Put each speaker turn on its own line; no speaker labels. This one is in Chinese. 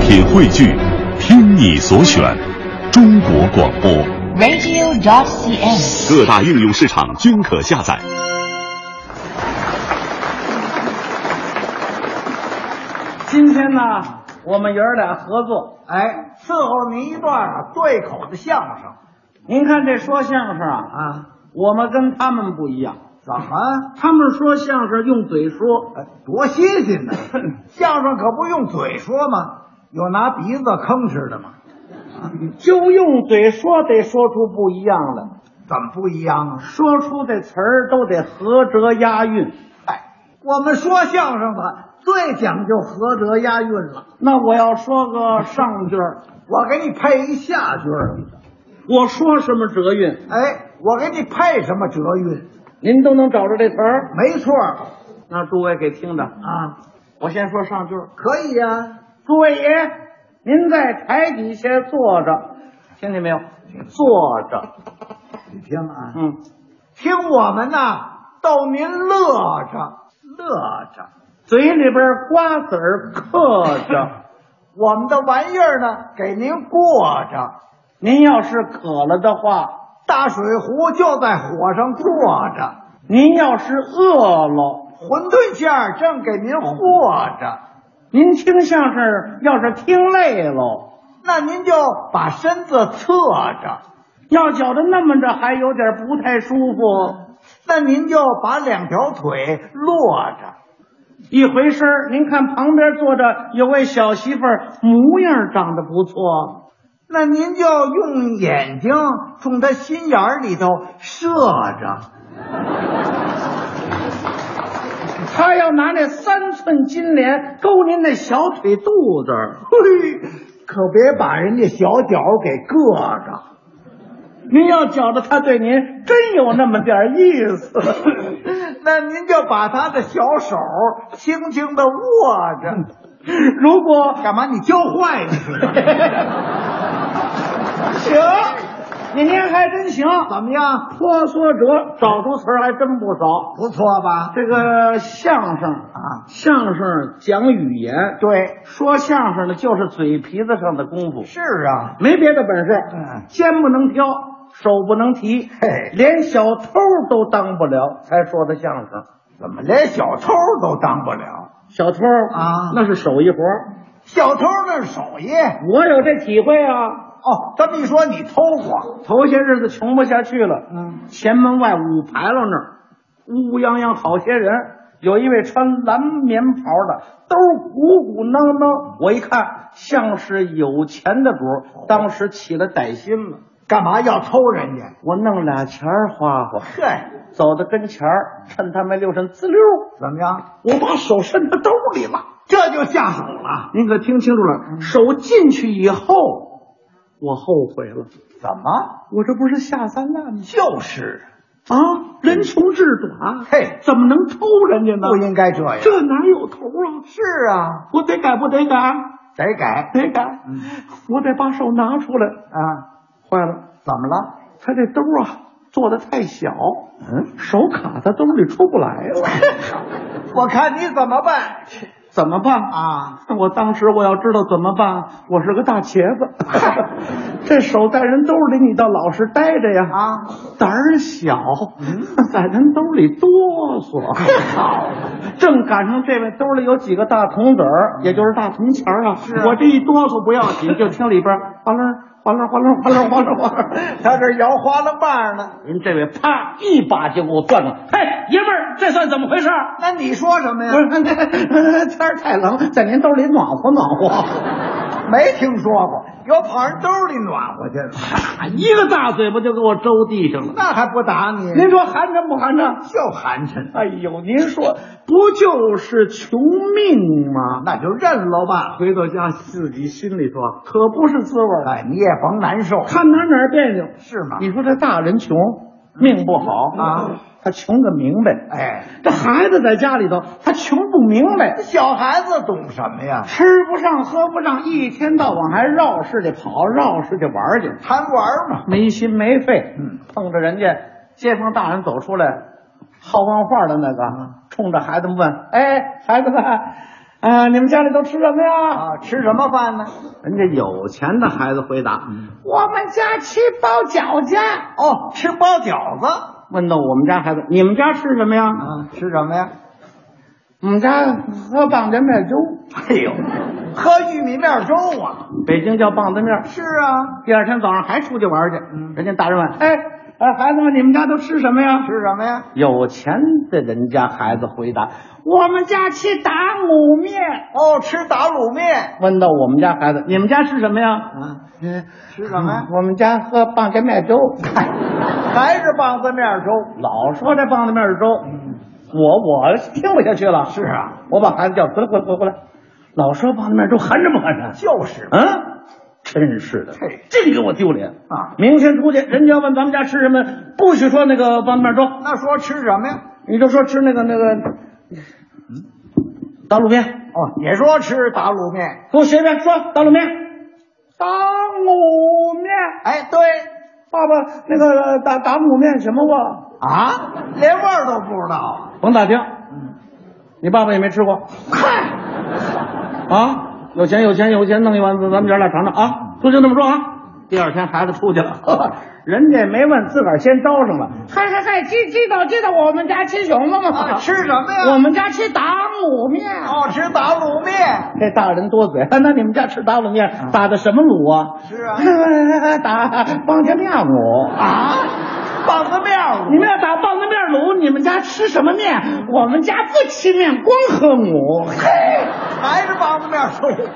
品汇聚，听你所选，中国广播。
radio.cn。
各大应用市场均可下载。
今天呢，我们爷儿俩合作，
哎，伺候您一段啊对口的相声
您看这说相声啊，
啊？
我们跟他们不一样，
怎么？
他们说相声用嘴说，
呃多新 鲜呢！相声可不用嘴说吗？有拿鼻子吭哧的吗？
就用嘴说得说出不一样来，
怎么不一样啊？
说出的词儿都得合辙押韵。
哎，我们说相声的最讲究合辙押韵了。
那我要说个上句儿，
我给你配一下句儿，
我说什么辙韵，
哎，我给你配什么辙韵？
您都能找着这词儿。
没错儿
那诸位给听着，
啊，
我先说上句儿。
可以呀、
诸位爷，您在台底下坐着，听见没有？坐着，
你听啊，
嗯，
听我们呐，逗您乐着，乐着。
嘴里边瓜子儿嗑着。
我们的玩意儿呢，给您过着。
您要是渴了的话，
大水壶就在火上坐着，
您要是饿了，
馄饨馅儿正给您和着。
您听相声要是听累了，
那您就把身子侧着，
要觉得那么着还有点不太舒服，
那您就把两条腿落着。
一回身儿您看旁边坐着有位小媳妇儿，模样长得不错，
那您就用眼睛冲他心眼儿里头射着，
她要拿那三寸金莲勾您那小腿肚子儿。
嘿，可别把人家小脚给硌着。
您要觉得他对您真有那么点意思，
那您就把他的小手轻轻的握 着。
如果
干嘛？你教坏你似 的？
行，你您还真行，
怎么样？
婆娑者找出词儿来真不少。
不错吧？
这个相声啊，
啊，
相声讲语言，
对，
说相声的就是嘴皮子上的功夫，
是啊，
没别的本事，
嗯，
肩不能挑，手不能提
嘿，
连小偷都当不了，才说的相声。
怎么连小偷都当不了？
小偷
啊
那是手艺活儿，
小偷那是手艺
我有这体会啊。
哦。这么一说，你偷过？
头些日子穷不下去了，
嗯，
前门外五牌楼那儿，乌乌泱泱好些人，有一位穿蓝棉袍的，兜鼓鼓囊囊，我一看像是有钱的主儿，当时起了歹心了，
干嘛要偷人家？
我弄俩钱儿花花，
嘿，
走到跟前儿，趁他没留神，滋溜，
怎么样？
我把手伸他兜里了。嗯
这就下手了？
啊您可听清楚了，手进去以后，我后悔了，
怎么？
我这不是下三滥吗？
就是
啊，人穷志短，
嘿
怎么能偷人家呢？
不应该这样。
这哪有头啊？
是啊，
我得改，不得改，
得 改
得改，我得把手拿出来。
啊。
坏了，
怎么了？
他这兜啊做的太小，
嗯，
手卡在兜里出不来 了，
我看你怎么办
怎么办啊？
啊？
我当时我要知道怎么办，我是个大茄子， 这手在人兜里，你倒老实待着呀！
啊，
胆儿小， 在人兜里哆嗦。嗯好，正赶上这位兜里有几个大铜子儿，也嗯就是大铜钱儿啊。
啊
我这一哆嗦不要紧，就听里边儿哗楞哗楞哗楞哗楞哗楞哗楞。
他这摇花了棒呢。
人这位啪一把就给我攥住，嘿，爷们儿，这算怎么回 事儿？
那你说什么呀
不？是，天儿太冷，在您兜里暖和暖 和。
没听说过，有跑人兜里暖和去了，
啪一个大嘴巴就给我周地上了。
那还不打你？
您说寒碜不寒碜？
就寒碜，
哎呦，您说不就是穷命吗？
啊那就认了吧。
回到家自己心里头啊可不是滋味儿，啊
哎，你也甭 难受，
看哪儿哪儿别扭。
是吗？
你说这大人穷，命不好
啊，
他穷个明白。
哎，
这孩子在家里头，他穷不明白，
小孩子懂什么呀？
吃不上喝不上，一天到晚还绕市去跑，绕市去玩儿去。
贪玩嘛。
没心没肺，
嗯，
碰着人家街坊大人嗯走出来，好问话的那个，冲着孩子们问：“哎，孩子们，啊，你们家里都吃什么呀？
啊，吃什么饭呢？
人家有钱的孩子回答，我们家吃包饺子。
哦，吃包饺子。
问到我们家孩子，你们家吃什么呀？
啊，吃什么呀？
我们家喝棒子面粥，
哎呦，喝玉米面粥啊。
北京叫棒子面。
是啊，
第二天早上还出去玩去，
嗯
人家大人问，哎，呃，孩子们，你们家都吃什么呀？
吃什么呀？
有钱的人家孩子回答，我们家吃打卤面。
哦，吃打卤面。
问到我们家孩子，你们家吃什么呀？
啊，
嗯，
吃什么呀？
我们家喝棒子面粥。
还是嗯棒子面粥。
老说这棒子面粥，我我听不下去了。
是啊，
我把孩子叫回来，回来，回来，回来。老说棒子面粥寒碜不寒 碜？
就是
嗯，真是的
嘿，
净给我丢脸
啊
明天出去，人家要问咱们家吃什么，不许说那个棒子面粥，
那说吃什么呀？
你就说吃那个那个，嗯打卤面，
哦，也说吃打卤面。
给我学一遍，说打卤面，打卤面。
哎，对
爸爸，那个打打卤面什么哇？
啊，连味儿都不知道。啊
甭打听，你爸爸也没吃过。
嗨，
啊，有钱有钱有钱，弄一碗子咱们爷俩尝尝啊！就就这么说啊。第二天孩子出去了， 呵呵人家也没问，自个儿先招上了。嗨嗨嗨，知知道知道，我们家吃什么
啊吃什么呀？
我们家吃打卤面。
哦，吃打卤面。
这大人多嘴， 那你们家吃打卤面打的什么卤啊？
是啊
打棒子面卤。
啊，棒子面儿
你们要打棒子面卤，你们家吃什么面？我们家不吃面，光喝母。
还是棒子面儿粥。